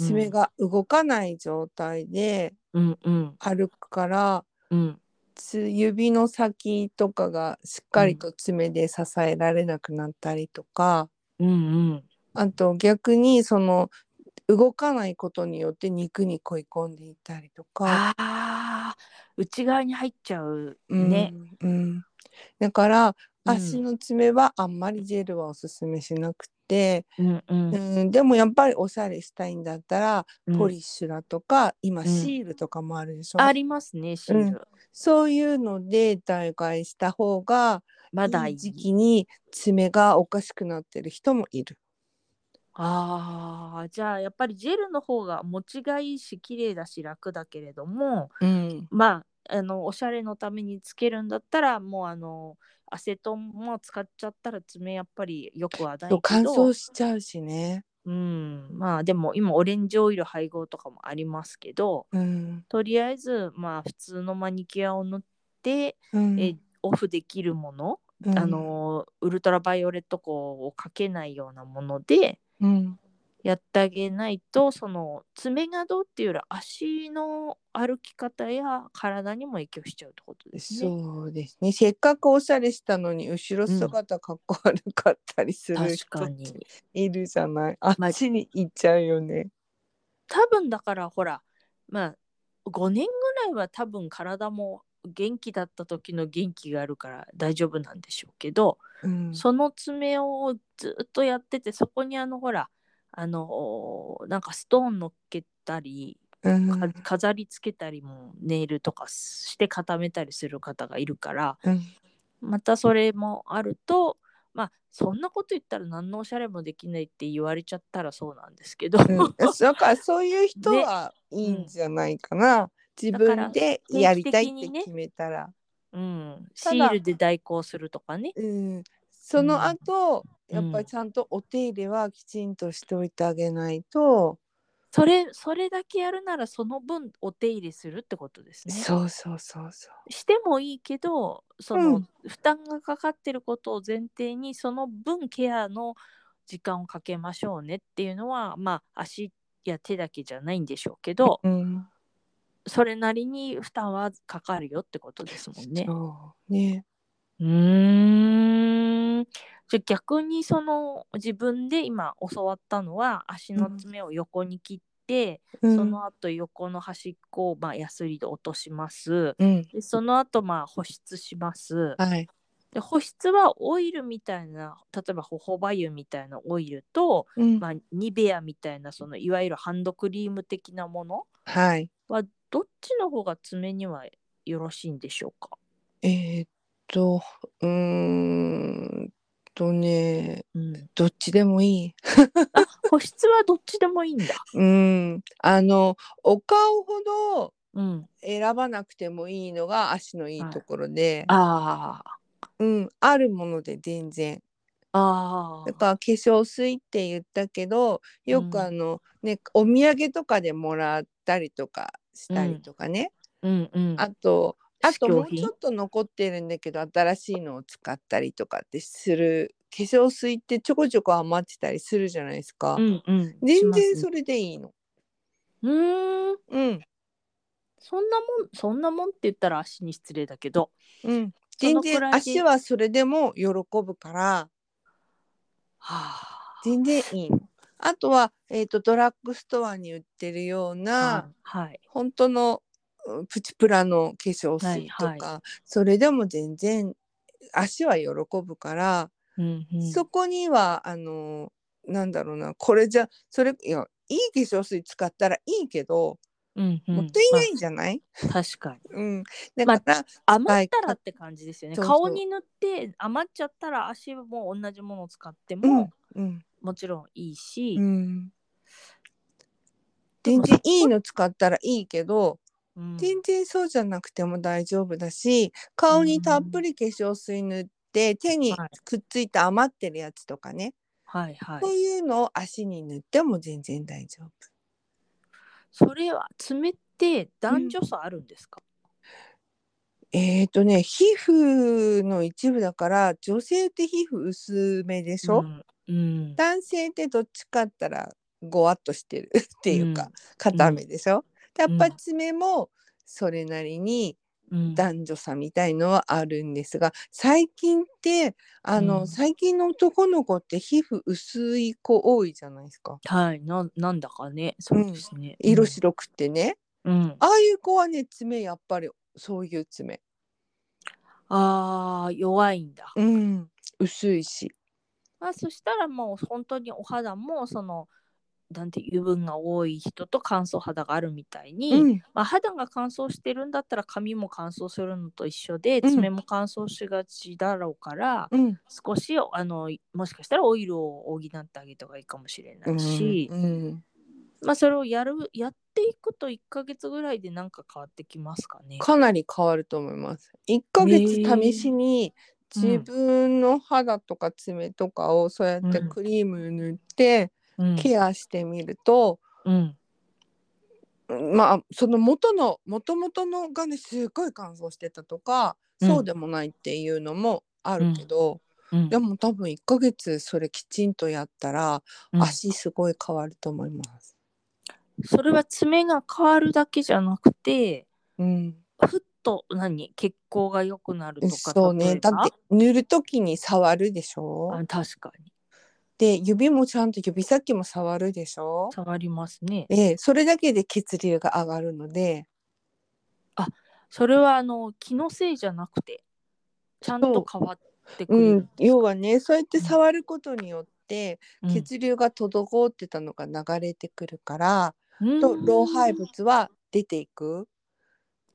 Speaker 1: うん
Speaker 2: 爪が動かない状態で
Speaker 1: うんうん
Speaker 2: 歩くから、
Speaker 1: うん
Speaker 2: つ指の先とかがしっかりと爪で支えられなくなったりとか、
Speaker 1: うんうん
Speaker 2: あと逆にその動かないことによって肉に食い込んでいったりとか。
Speaker 1: ああー内側に入っちゃうね。
Speaker 2: うん、うんだから
Speaker 1: うん
Speaker 2: 足の爪はあんまりジェルはおすすめしなくて、
Speaker 1: うんうん
Speaker 2: うん、でもやっぱりおしゃれしたいんだったら
Speaker 1: うん
Speaker 2: ポリッシュだとか今
Speaker 1: ん
Speaker 2: シールとかもあるでしょ、
Speaker 1: ありますねシール、
Speaker 2: うんそういうので代替した方が
Speaker 1: まだい
Speaker 2: い
Speaker 1: い
Speaker 2: い時期に爪がおかしくなってる人もいる。
Speaker 1: あーじゃあやっぱりジェルの方が持ちがいいし綺麗だし楽だけれども
Speaker 2: うん、
Speaker 1: まああのおしゃれのためにつけるんだったらもうあのアセトンも使っちゃったら爪やっぱりよくはないけ
Speaker 2: と
Speaker 1: ど
Speaker 2: 乾燥しちゃうしね。
Speaker 1: うんまあでも今オレンジオイル配合とかもありますけど
Speaker 2: うん
Speaker 1: とりあえずまあ普通のマニキュアを塗って、
Speaker 2: うん
Speaker 1: えオフできるもの、
Speaker 2: うん
Speaker 1: あのウルトラバイオレット光をかけないようなもので、
Speaker 2: うん
Speaker 1: やってあげないとその爪がどうっていうより足の歩き方や体にも影響しちゃうってことですね。
Speaker 2: そうですねせっかくおしゃれしたのに後ろ姿かっこ悪かったりする
Speaker 1: 確
Speaker 2: 人
Speaker 1: か
Speaker 2: っ
Speaker 1: に
Speaker 2: て。いるじゃない、あっちに行っちゃうよね。
Speaker 1: 多分だからほらまあ5年ぐらいは多分体も元気だった時の元気があるから大丈夫なんでしょうけど、
Speaker 2: うん
Speaker 1: その爪をずっとやっててそこにあのほらあのなんかストーン乗っけたり
Speaker 2: うん
Speaker 1: か飾りつけたりもネイルとかして固めたりする方がいるから
Speaker 2: うん
Speaker 1: またそれもあるとまあそんなこと言ったら何のおしゃれもできないって言われちゃったらそうなんですけど、 <laughs>
Speaker 2: うん、だからそういう人
Speaker 1: ね
Speaker 2: はいいんじゃないかな、自分でやりたいって決めたら、
Speaker 1: うん、
Speaker 2: た
Speaker 1: シ
Speaker 2: だ
Speaker 1: ールで代行するとかね
Speaker 2: うん、その後、
Speaker 1: うん
Speaker 2: やっぱりちゃんとお手入れはきちんとしておいてあげないと、
Speaker 1: それそれだけやるならその分お手入れするってことですね。
Speaker 2: そうそうそうそう
Speaker 1: してもいいけどその、
Speaker 2: うん
Speaker 1: 負担がかかってることを前提にその分ケアの時間をかけましょうねっていうのはまあ足や手だけじゃないんでしょうけど、
Speaker 2: うん、
Speaker 1: それなりに負担はかかるよってことですもんね。
Speaker 2: そうね
Speaker 1: うーんじゃあ逆にその自分で今教わったのは足の爪を横に切って、
Speaker 2: うん
Speaker 1: その後横の端っこをまあヤスリで落とします
Speaker 2: うん
Speaker 1: でその後まあ保湿します
Speaker 2: はい
Speaker 1: で保湿はオイルみたいな例えばホホバ油みたいなオイルと、
Speaker 2: うん
Speaker 1: まあ、ニベアみたいなそのいわゆるハンドクリーム的なもの
Speaker 2: はい
Speaker 1: はどっちの方が爪にはよろしいんでしょうか、
Speaker 2: えーっとうーんとね
Speaker 1: うん、
Speaker 2: どっちでもいい
Speaker 1: 保湿はどっちでもいいんだ。
Speaker 2: うんあのお顔ほど
Speaker 1: うん、
Speaker 2: 選ばなくてもいいのが足のいいところで、
Speaker 1: ああ
Speaker 2: うん、あるもので全然
Speaker 1: あ
Speaker 2: だから化粧水って言ったけどよ
Speaker 1: う
Speaker 2: く
Speaker 1: ん
Speaker 2: あの、ね、お土産とかでもらったりとかしたりとかね、
Speaker 1: らうんうん
Speaker 2: あとあと
Speaker 1: 試
Speaker 2: も
Speaker 1: 供
Speaker 2: う
Speaker 1: 品
Speaker 2: ちょっと残ってるんだけど新しいのを使ったりとかってする化粧水ってちょこちょこ余ってたりするじゃないですか、
Speaker 1: うんうんし
Speaker 2: 全
Speaker 1: ます
Speaker 2: 然
Speaker 1: ね
Speaker 2: それでいいの。
Speaker 1: うーん
Speaker 2: うん
Speaker 1: そんなもんそんなもんって言ったら足に失礼だけど
Speaker 2: うん、
Speaker 1: そ
Speaker 2: 全
Speaker 1: のくらい
Speaker 2: 然
Speaker 1: で
Speaker 2: 足はそれでも喜ぶから。
Speaker 1: は
Speaker 2: 全然いいの。あとは、えー、とドラッグストアに売ってるよう
Speaker 1: あ
Speaker 2: な、
Speaker 1: はい
Speaker 2: 本当のうんプチプラの化粧水とか、
Speaker 1: はいは
Speaker 2: それでも全然足は喜ぶから、
Speaker 1: うんうん
Speaker 2: そこにはあのなんだろうなこれじゃそれいやいい化粧水使ったらいいけど
Speaker 1: うんうん
Speaker 2: もったいないじゃない、
Speaker 1: まあ確かに
Speaker 2: うん。だから、
Speaker 1: 余ったらって感じですよね
Speaker 2: そうそう
Speaker 1: 顔に塗って余っちゃったら足も同じものを使って
Speaker 2: う
Speaker 1: も、
Speaker 2: ん。うん。
Speaker 1: もちろんいいし、
Speaker 2: うん。
Speaker 1: で
Speaker 2: 全
Speaker 1: も
Speaker 2: 然いいの使ったらいいけど、
Speaker 1: うん
Speaker 2: 全然そうじゃなくても大丈夫だし顔にたっぷり化粧水塗って、手に
Speaker 1: はい
Speaker 2: くっついた余ってるやつとかね、
Speaker 1: はいはい
Speaker 2: そういうのを足に塗っても全然大丈夫。
Speaker 1: それは爪って男女差あるんですか、
Speaker 2: えーとね皮膚の一部だから女性って皮膚薄めでしょ、
Speaker 1: うんうん
Speaker 2: 男性ってどっちかって言ったらごわっとしてるっていう
Speaker 1: う
Speaker 2: か、
Speaker 1: ん
Speaker 2: 固めでしょ、で
Speaker 1: うん
Speaker 2: やっぱ爪もそれなりに
Speaker 1: うん
Speaker 2: 男女差みたいのはあるんですが最近ってあの、
Speaker 1: うん
Speaker 2: 最近の男の子って皮膚薄い子多いじゃないですか
Speaker 1: はいななんだかねそうですね、うん、
Speaker 2: 色白くってね、
Speaker 1: うん、
Speaker 2: ああいう子はね爪やっぱりそういう爪、
Speaker 1: あー弱いんだ、
Speaker 2: うん、薄いし、
Speaker 1: まあ、そしたらもう本当にお肌もそのなんて油分が多い人と乾燥肌があるみたいに、
Speaker 2: うん
Speaker 1: まあ、肌が乾燥してるんだったら髪も乾燥するのと一緒で
Speaker 2: うん
Speaker 1: 爪も乾燥しがちだろうから、
Speaker 2: うん
Speaker 1: 少しあのもしかしたらオイルを補ってあげた方がいいかもしれないし、
Speaker 2: うん、
Speaker 1: まあ、それをやるやっていくと1ヶ月ぐらいでなんか変わってきますかね。
Speaker 2: かなり変わると思います。1ヶ月試しに
Speaker 1: うん
Speaker 2: 自分の肌とか爪とかをそうやって
Speaker 1: うん
Speaker 2: クリーム塗って
Speaker 1: うん
Speaker 2: ケアしてみると、
Speaker 1: うん、
Speaker 2: まあその元の元々のがねすごい乾燥してたとか、
Speaker 1: うん
Speaker 2: そうでもないっていうのもあるけど、
Speaker 1: うん
Speaker 2: でも多分1ヶ月それきちんとやったら、
Speaker 1: うん
Speaker 2: 足すごい変わると思います。
Speaker 1: それは爪が変わるだけじゃなくて
Speaker 2: うん、
Speaker 1: ふっと何血行が良くなるとか
Speaker 2: そう
Speaker 1: 例
Speaker 2: ね
Speaker 1: え
Speaker 2: だ
Speaker 1: ば
Speaker 2: って塗る時に触るでしょ
Speaker 1: あ確かに
Speaker 2: で指もちゃんと指先も触るでしょ
Speaker 1: 触りますね。
Speaker 2: ええそれだけで血流が上がるので
Speaker 1: それはあの気のせいじゃなくてちゃんと変わってく
Speaker 2: う
Speaker 1: る、
Speaker 2: ん要はねそうやって触ることによっ
Speaker 1: うん
Speaker 2: て、血流が滞ってたのが流れてくるから、
Speaker 1: うん
Speaker 2: と老廃物は出ていく。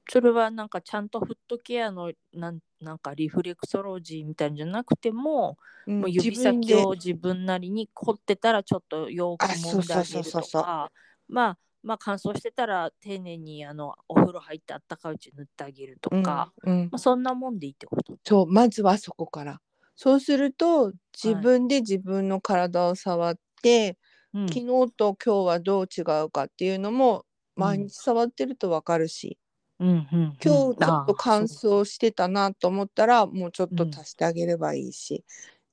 Speaker 1: それはなんかちゃんとフットケアのなんなんかリフレクソロジーみたいなんじゃなくても,、
Speaker 2: うん
Speaker 1: もう
Speaker 2: 自
Speaker 1: 指
Speaker 2: 分
Speaker 1: 先
Speaker 2: で
Speaker 1: を自分なりに凝ってたらちょっとよく
Speaker 2: あ
Speaker 1: 揉
Speaker 2: そうん
Speaker 1: で
Speaker 2: そ
Speaker 1: あ
Speaker 2: うそ
Speaker 1: げ
Speaker 2: う
Speaker 1: る
Speaker 2: そう
Speaker 1: と
Speaker 2: そう
Speaker 1: かまあまあ乾燥してたら丁寧にあのお風呂入ってあったかいうちに塗ってあげるとか、
Speaker 2: うん
Speaker 1: ま
Speaker 2: うん
Speaker 1: あ、そんなもんでいいってこと
Speaker 2: そうまずはそこから。そうすると自分で自分の体を触って、
Speaker 1: うん
Speaker 2: 昨日と今日はどう違うかっていうのも毎日触ってるとわかるし、
Speaker 1: うんうん
Speaker 2: 今
Speaker 1: うん
Speaker 2: 日ちょっと乾
Speaker 1: あそう
Speaker 2: 燥してたなと思ったらもうちょっと足してあげればいいし、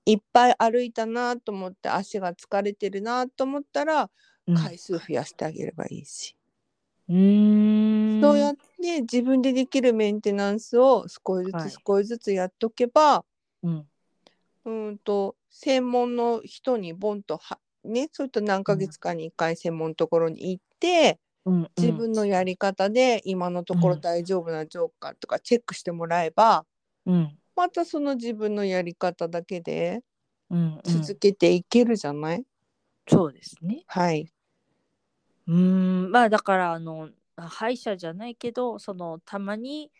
Speaker 2: いっぱい歩いたなと思って足が疲れてるなと思ったら
Speaker 1: うん
Speaker 2: 回数増やしてあげればいいし、
Speaker 1: うーん
Speaker 2: そうやって自分でできるメンテナンスを少しず
Speaker 1: はい
Speaker 2: つ少しずつやっとけば、
Speaker 1: うん
Speaker 2: うーんと専門の人にボンとはねそういった何ヶ月かに1回専門のところに行って、
Speaker 1: うんうん
Speaker 2: 自分のやり方で今のところ
Speaker 1: うん
Speaker 2: 大丈夫なジョーカーとかチェックしてもらえば、
Speaker 1: うん
Speaker 2: またその自分のやり方だけで
Speaker 1: うんうん
Speaker 2: 続けていけるじゃない、
Speaker 1: そうですね。
Speaker 2: はい。
Speaker 1: うーんまあだからあの歯医者じゃないけどそのたまに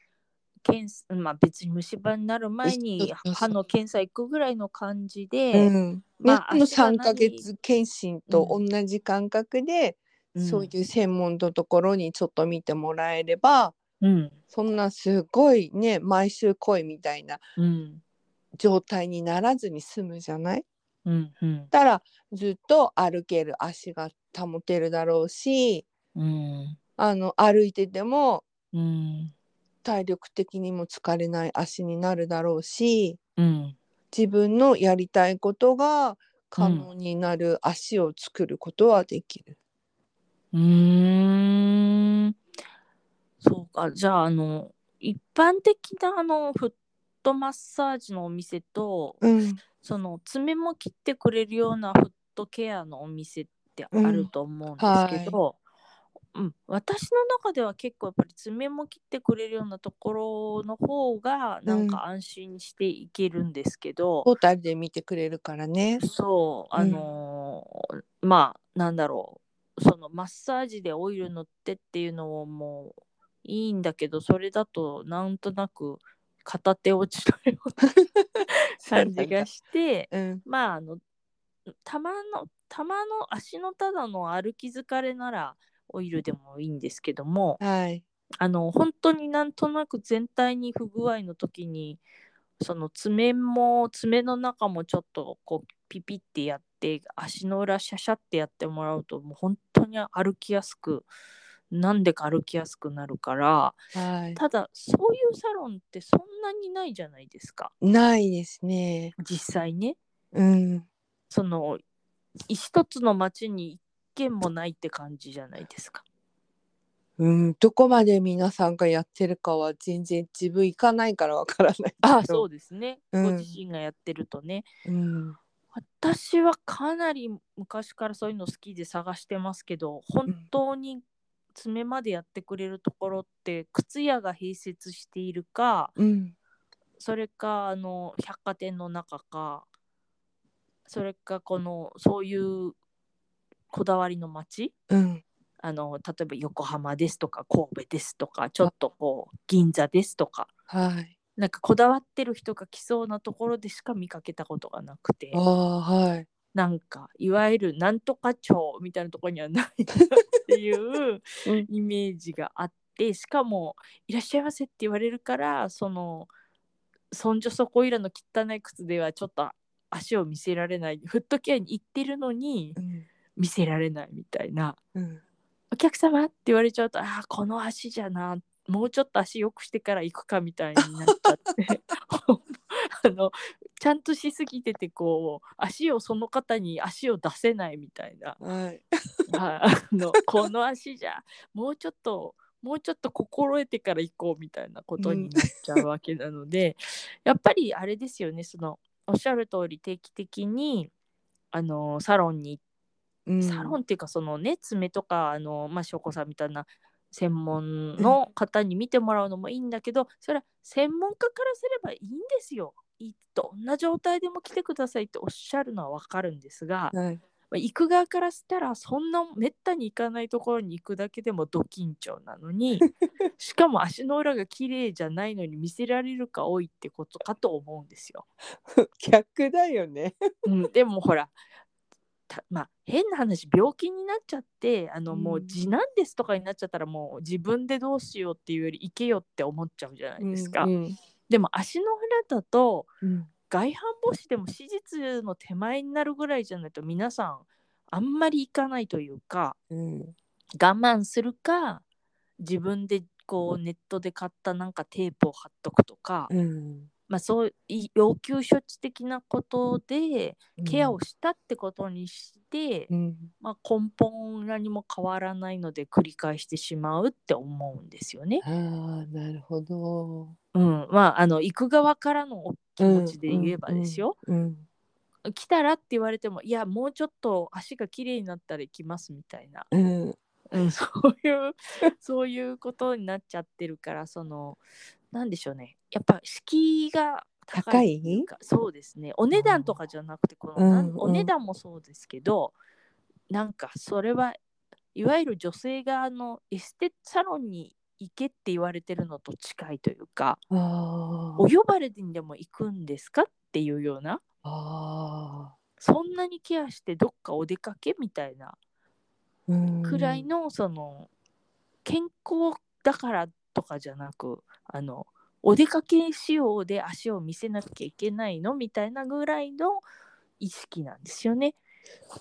Speaker 1: 検査まあ別に虫歯になる前に
Speaker 2: そうそうそう
Speaker 1: 歯の検査行くぐらいの感じで、
Speaker 2: うん
Speaker 1: ま
Speaker 2: ま
Speaker 1: あ
Speaker 2: あ、の
Speaker 1: 足が
Speaker 2: 3
Speaker 1: 何
Speaker 2: ヶ月検診と同じ感覚で、
Speaker 1: うん
Speaker 2: そういう専門のところにちょっと見てもらえれば
Speaker 1: うん
Speaker 2: そんなすごいね毎週来いみたいな
Speaker 1: うん
Speaker 2: 状態にならずに済むじゃない
Speaker 1: うんうん
Speaker 2: だからずっと歩ける足が保てるだろうし
Speaker 1: うん
Speaker 2: あの歩いてても
Speaker 1: うん
Speaker 2: 体力的にも疲れない足になるだろうし
Speaker 1: うん
Speaker 2: 自分のやりたいことが可能になる足を作ることはできる。
Speaker 1: うーんそうかじゃああの一般的なあのフットマッサージのお店と
Speaker 2: うん
Speaker 1: その爪も切ってくれるようなフットケアのお店ってあると思うんですけど、うん私の中では結構やっぱり爪も切ってくれるようなところの方がなんか安心していけるんですけど、
Speaker 2: トータルで見てくれるからね。
Speaker 1: そうあのーまあなんだろうそのマッサージでオイル塗ってっていうのをもういいんだけどそれだとなんとなく片手落ちのような <laughs> 感じがして
Speaker 2: うん
Speaker 1: まああのたまのたまの足のただの歩き疲れならオイルでもいいんですけども
Speaker 2: はい
Speaker 1: あの本当になんとなく全体に不具合の時にその爪も爪の中もちょっとこうピピってやって足の裏シャシャってやってもらうともう本当に歩きやすくなんでか歩きやすくなるから
Speaker 2: はい
Speaker 1: ただそういうサロンってそんなにないじゃないですか
Speaker 2: ないですね
Speaker 1: 実際ね
Speaker 2: うん
Speaker 1: その一つの町に一軒もないって感じじゃないですか
Speaker 2: うん、どこまで皆さんがやってるかは全然自分行かないからわからない
Speaker 1: ああそうですね、
Speaker 2: うん
Speaker 1: ご自身がやってるとね
Speaker 2: う、うん、
Speaker 1: 私はかなり昔からそういうの好きで探してますけど本当に爪までやってくれるところって靴屋が併設しているか
Speaker 2: うん、
Speaker 1: それかあの百貨店の中かそれかこのそういうこだわりの街
Speaker 2: うん、
Speaker 1: あの例えば横浜ですとか神戸ですとかちょっとこう銀座ですとか
Speaker 2: はい。
Speaker 1: なんかこだわってる人が来そうなところでしか見かけたことがなくて
Speaker 2: ああ、はい。
Speaker 1: なんかいわゆるなんとか町みたいなところにはないなっていう
Speaker 2: <laughs> うん
Speaker 1: イメージがあってしかも「いらっしゃいませ」って言われるからそのそんじょそこいらの汚い靴ではちょっと足を見せられないフットケアに行ってるのに
Speaker 2: うん、
Speaker 1: 見せられないみたいな。
Speaker 2: うん、
Speaker 1: お客様って言われちゃうとあーこの足じゃなもうちょっと足良くしてから行くかみたいになっちゃって <laughs> あのちゃんとしすぎててこう足をその方に足を出せないみたいな <laughs>
Speaker 2: はい。
Speaker 1: はいあのこの足じゃもうちょっともうちょっと心得てから行こうみたいなことになっちゃうわけなので、 <laughs> やっぱりあれですよねそのおっしゃる通り定期的にあのサロンに行って
Speaker 2: うん、
Speaker 1: サロンっていうかそのね爪とかあのまあ翔子さんみたいな専門の方に見てもらうのもいいんだけどそれは専門家からすればいいんですよ。いどんな状態でも来てくださいっておっしゃるのは分かるんですが、ま
Speaker 2: はい。 <laughs>
Speaker 1: あ行く側からしたらそんなめったに行かないところに行くだけでもド緊張なのにしかも足の裏が綺麗じゃないのに見せられるか多いってことかと思うんですよ。
Speaker 2: 逆だよね。
Speaker 1: うん、でもほらたまあ変な話病気になっちゃってあのもう
Speaker 2: うん
Speaker 1: 次男ですとかになっちゃったらもう自分でどうしようっていうより行けよって思っちゃうじゃないですか、
Speaker 2: うん、
Speaker 1: でも足の裏だと
Speaker 2: うん、
Speaker 1: 外反母趾でも手術の手前になるぐらいじゃないと皆さんあんまり行かないというか
Speaker 2: うん、
Speaker 1: 我慢するか自分でこうネットで買ったなんかテープを貼っとくとか、
Speaker 2: うん。
Speaker 1: まあそうい要求処置的なことでケアをしたってことにして、
Speaker 2: うん、
Speaker 1: まあ、根本何も変わらないので繰り返してしまうって思うんですよね。
Speaker 2: ああ、なるほど。
Speaker 1: うん、まああの行く側からのお気持ちで言えばですよ、。
Speaker 2: うん、
Speaker 1: 来たらって言われてもいやもうちょっと足が綺麗になったら行きますみたいな、
Speaker 2: うん、
Speaker 1: うん、 <laughs> そういうそういうことになっちゃってるからそのなんでしょうねやっぱ敷居が
Speaker 2: 高
Speaker 1: 高い
Speaker 2: い。
Speaker 1: かそうですねお値段とかじゃなくてこのなん、
Speaker 2: うん
Speaker 1: お値段もそうですけどなんかそれはいわゆる女性があのエステサロンに行けって言われてるのと近いというか
Speaker 2: あ
Speaker 1: お呼ばれにでも行くんですかっていうような
Speaker 2: あ、ああ。
Speaker 1: そんなにケアしてどっかお出かけみたいな
Speaker 2: うん
Speaker 1: くらい。のその健康だからとかじゃなくあのお出かけ仕様で足を見せなきゃいけないのみたいなぐらいの意識なんですよね。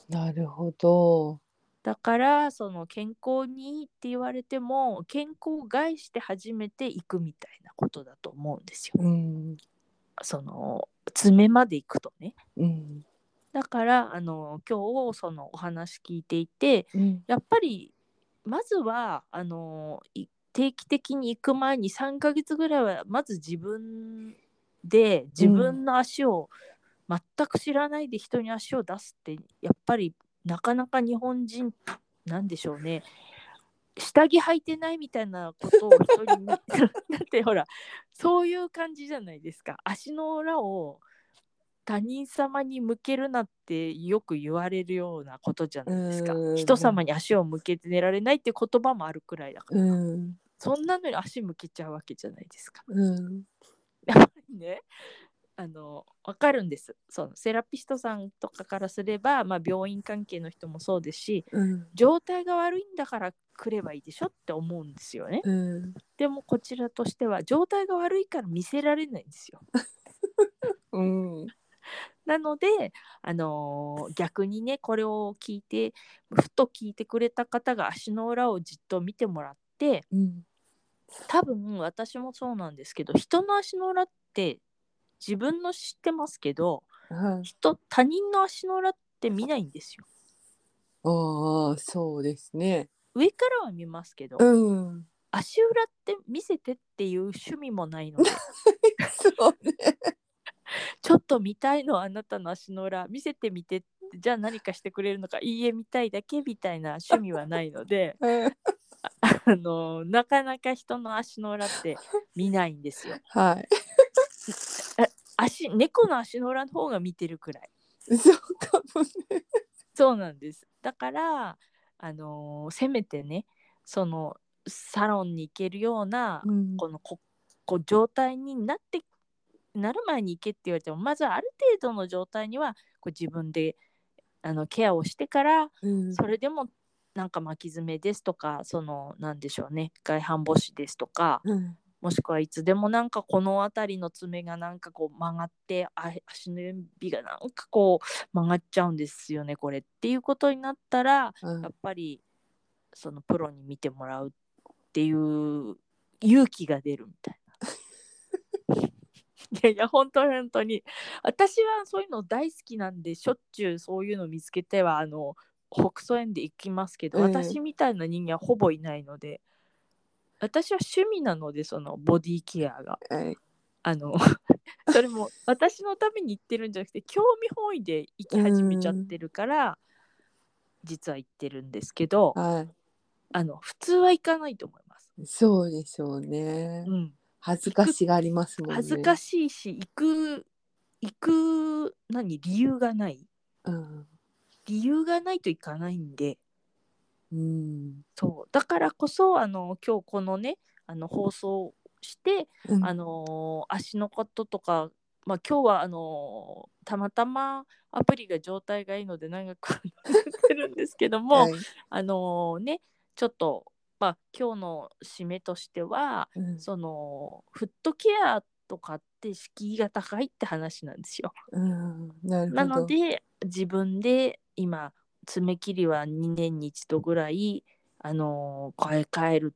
Speaker 2: なるほど。
Speaker 1: だからその健康にいいって言われても健康を害して初めて行くみたいなことだと思うんですよ。
Speaker 2: うん、
Speaker 1: その爪まで行くとね。
Speaker 2: うん、
Speaker 1: だからあの今日そのお話聞いていて
Speaker 2: うん、
Speaker 1: やっぱりまずはあのい定期的に行く前に3ヶ月ぐらいはまず自分で自分の足を全く知らないで人に足を出すってやっぱりなかなか日本人なんでしょうね下着履いてないみたいなことを人にだ
Speaker 2: <laughs>
Speaker 1: ってほらそういう感じじゃないですか足の裏を他人様に向けるなってよく言われるようなことじゃないですか
Speaker 2: うん
Speaker 1: 人様に足を向けてられないって言葉もあるくらいだから、
Speaker 2: うん
Speaker 1: そんなのに足向けちゃうわけじゃないですか。
Speaker 2: うん
Speaker 1: やっぱりねあの分かるんですそのセラピストさんとかからすれば、まあ、病院関係の人もそうですし
Speaker 2: うん
Speaker 1: 状態が悪いんだから来ればいいでしょって思うんですよね
Speaker 2: うん
Speaker 1: でもこちらとしては状態が悪いから見せられないんですよ
Speaker 2: うん
Speaker 1: なので、あのー逆にねこれを聞いてふと聞いてくれた方が足の裏をじっと見てもらって
Speaker 2: うん
Speaker 1: 多分私もそうなんですけど人の足の裏って自分の知ってますけど
Speaker 2: はい
Speaker 1: 人他人の足の裏って見ないんですよ
Speaker 2: ああそうですね
Speaker 1: 上からは見ますけど、
Speaker 2: うん
Speaker 1: 足裏って見せてっていう趣味もないので
Speaker 2: そうね
Speaker 1: ちょっと見たいのあなたの足の裏見せてみてってじゃあ何かしてくれるのかいいえ見たいだけみたいな趣味はないので <laughs>
Speaker 2: うん
Speaker 1: あのなかなか人の足の裏って見ないんですよ
Speaker 2: は
Speaker 1: 足猫の足の裏の方が見てるくらい
Speaker 2: いそうかもね
Speaker 1: そうなんですだからあのせめてねそのサロンに行けるような
Speaker 2: うん
Speaker 1: このここう状態になってなる前に行けって言われてもまずはある程度の状態にはこう自分であのケアをしてから
Speaker 2: うん
Speaker 1: それでもなんか巻き爪ですとかそのなんでしょうね外反母趾ですとか
Speaker 2: うん
Speaker 1: もしくはいつでもなんかこの辺りの爪がなんかこう曲がってあ足の指がなんかこう曲がっちゃうんですよねこれっていうことになったら
Speaker 2: うん
Speaker 1: やっぱりそのプロに見てもらうっていう勇気が出るみたい <laughs> な。いやいや本当本当に私はそういうの大好きなんでしょっちゅうそういうの見つけてはあの北総園で行きますけど、
Speaker 2: うん
Speaker 1: 私みたいな人間はほぼいないので私は趣味なのでそのボディケアが
Speaker 2: はい
Speaker 1: あの <laughs> それも私のために行ってるんじゃなくて興味本位で行き始めちゃってるから実は行ってるんですけど
Speaker 2: は
Speaker 1: あの普通は行かないと思います。
Speaker 2: いそうでしょうね
Speaker 1: うん、
Speaker 2: 恥ずかしがありますもんね
Speaker 1: 恥ずか
Speaker 2: し
Speaker 1: しいし行く行く何理由がない
Speaker 2: うん
Speaker 1: 理由がないと行かないんで
Speaker 2: うん
Speaker 1: そうだからこそあの今日このねあの放送して
Speaker 2: うん
Speaker 1: あのー足のこととか、まあ、今日はあのーたまたまアプリが状態がいいので長くやってるんですけども、
Speaker 2: はい
Speaker 1: あのーねちょっと、まあ、今日の締めとしては
Speaker 2: うん
Speaker 1: そのフットケアとかって敷居が高いって話なんですよ。
Speaker 2: うんなるほ
Speaker 1: な
Speaker 2: ど
Speaker 1: ので自分で今爪切りは2年に1度ぐらい、あのー買い替える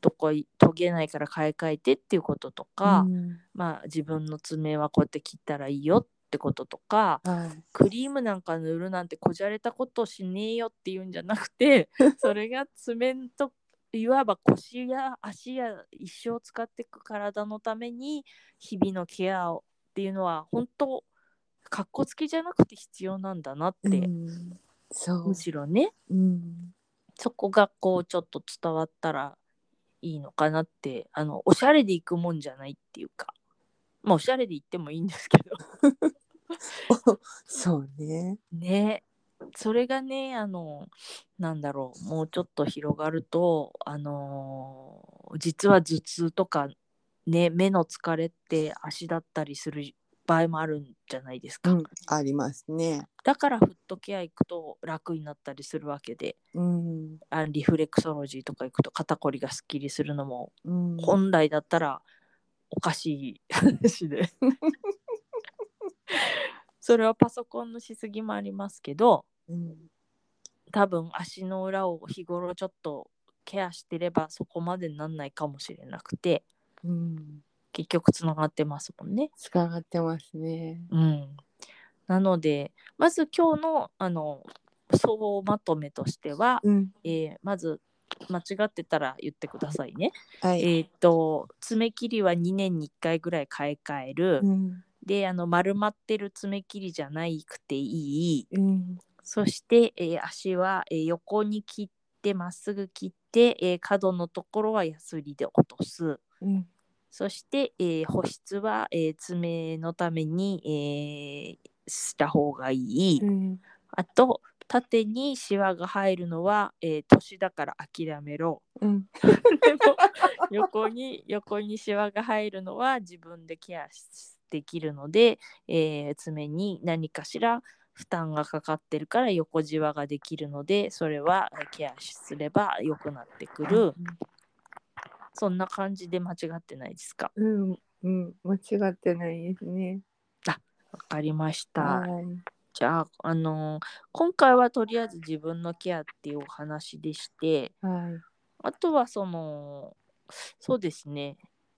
Speaker 1: とこ研げないから買い替えてっていうこととか。
Speaker 2: うん
Speaker 1: まあ、自分の爪はこうやって切ったらいいよってこととか
Speaker 2: はい
Speaker 1: クリームなんか塗るなんてこじゃれたことしねえよっていうんじゃなく
Speaker 2: <laughs>
Speaker 1: てそれが爪といわば腰や足や一生使っていく体のために日々のケアをっていうのは本当かっこつけじゃなくて必要なんだなって、
Speaker 2: うんそう
Speaker 1: むしろね
Speaker 2: うん
Speaker 1: そこがこうちょっと伝わったらいいのかなってあのおしゃれで行くもんじゃないっていうかまあおしゃれで行ってもいいんですけど
Speaker 2: そうね
Speaker 1: ねそれがねあのなんだろうもうちょっと広がるとあのー実は頭痛とかね目の疲れって足だったりする場合もあるんじゃないですか、
Speaker 2: うんありますね
Speaker 1: だからフットケア行くと楽になったりするわけで
Speaker 2: うん
Speaker 1: あリフレクソロジーとか行くと肩こりがすっきりするのも
Speaker 2: うん
Speaker 1: 本来だったらおかしい話
Speaker 2: <laughs>
Speaker 1: でそれはパソコンのしすぎもありますけど
Speaker 2: うん
Speaker 1: 多分足の裏を日頃ちょっとケアしてればそこまでなんないかもしれなくて
Speaker 2: うん
Speaker 1: 結局つながってますもんね。
Speaker 2: つながってますね
Speaker 1: うん、なのでまず今日のあの総まとめとしては、
Speaker 2: うん
Speaker 1: えーまず間違ってたら言ってくださいね。
Speaker 2: はい
Speaker 1: えーっと爪切りは2年に1回ぐらい買い替える。
Speaker 2: うん
Speaker 1: であの丸まってる爪切りじゃないくていい
Speaker 2: うん
Speaker 1: そして、えー足は、えー横に切ってまっすぐ切って、えー角のところはヤスリで落とす
Speaker 2: うん
Speaker 1: そして、えー保湿は、えー爪のために、えーした方がいい。
Speaker 2: うん
Speaker 1: あと縦にシワが入るのは、えー年だから諦めろ。
Speaker 2: うん
Speaker 1: <laughs> でも横に横にシワが入るのは自分でケアできるので、えー爪に何かしら負担がかかってるから横じわができるのでそれはえーケアすれば良くなってくるそんな感じで間違ってないですか
Speaker 2: うんうん間違ってないですね。
Speaker 1: わかりました
Speaker 2: はい。
Speaker 1: じゃあ、あのー今回はとりあえず自分のケアっていうお話でして
Speaker 2: はい。
Speaker 1: あとはそのそうですね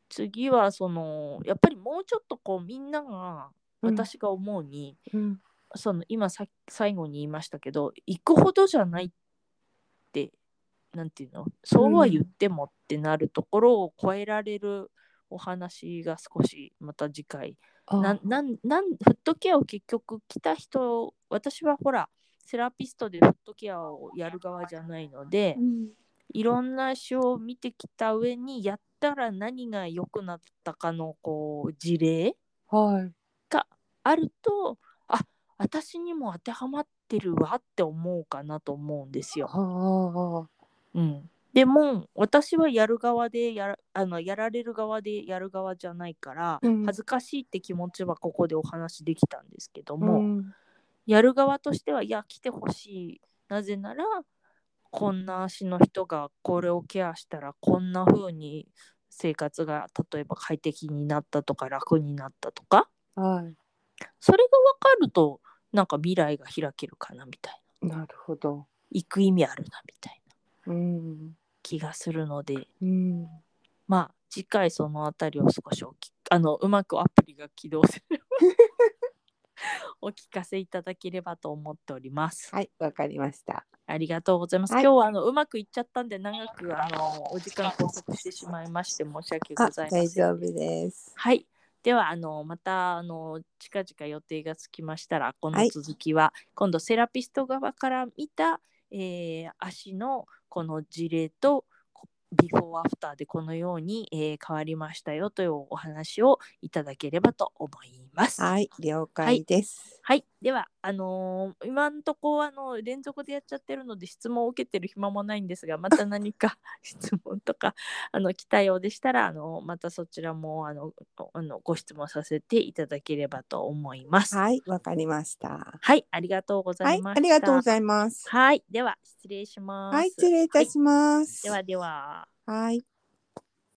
Speaker 1: 次はそのやっぱりもうちょっとこうみんなが私が思うに、
Speaker 2: うん。
Speaker 1: その今さ最後に言いましたけど行くほどじゃないってなんていうのそうは言ってもってなるところを超えられるお話が少しまた次回
Speaker 2: あ
Speaker 1: なんなんなんフットケアを結局来た人私はほらセラピストでフットケアをやる側じゃないので、
Speaker 2: うん
Speaker 1: いろんな種を見てきた上にやったら何が良くなったかのこう事例
Speaker 2: はい。
Speaker 1: あるとあ私にも当てはまってるわって思うかなと思うんですよ。
Speaker 2: は
Speaker 1: うん、でも私はやる側でやらあのやられる側でやる側じゃないから、
Speaker 2: うん
Speaker 1: 恥ずかしいって気持ちはここでお話できたんですけど
Speaker 2: あ。
Speaker 1: も、
Speaker 2: うん
Speaker 1: やる側としてはいや来てほしいなぜならこんな足の人がこれをケアしたらこんな風に生活が例えば快適になったとか楽になったとか
Speaker 2: はい。
Speaker 1: それが分かるとなんか未来が開けるかなみたいな
Speaker 2: なるほど。
Speaker 1: 行く意味あるなみたいな
Speaker 2: うん。
Speaker 1: 気がするので
Speaker 2: うん。
Speaker 1: まあ次回そのあたりを少しおきあのうまくアプリが起動すれば <laughs> お聞かせいただければと思っております。
Speaker 2: はい、わかりました。
Speaker 1: ありがとうございます。
Speaker 2: はい
Speaker 1: 今日はあのうまくいっちゃったんで長くあのお時間拘束してしまいまして申し訳ご
Speaker 2: あ、
Speaker 1: ざいま
Speaker 2: 大
Speaker 1: せん。
Speaker 2: 丈夫です。
Speaker 1: はい。ではあのまたあの近々予定がつきましたらこの
Speaker 2: はい
Speaker 1: 続きは、今度セラピスト側から見た、えー足のこの事例とこビフォーアフターでこのように、えー変わりましたよというお話をいただければと思います。
Speaker 2: はい、了解です。
Speaker 1: はい、ではあのー今んとこあの連続でやっちゃってるので質問を受けてる暇もないんですがま
Speaker 2: <laughs>
Speaker 1: た何か <laughs> 質問とかあの来たようでしたらあのまたそちらもあのあのご質問させていただければと思います。はい、
Speaker 2: はい、わかりました。
Speaker 1: ありがとうござ
Speaker 2: はいい、
Speaker 1: ま
Speaker 2: あ
Speaker 1: した。
Speaker 2: りがとうございます。
Speaker 1: はい、では失礼します。
Speaker 2: はい、失礼いたします。
Speaker 1: ではでは。
Speaker 2: はい。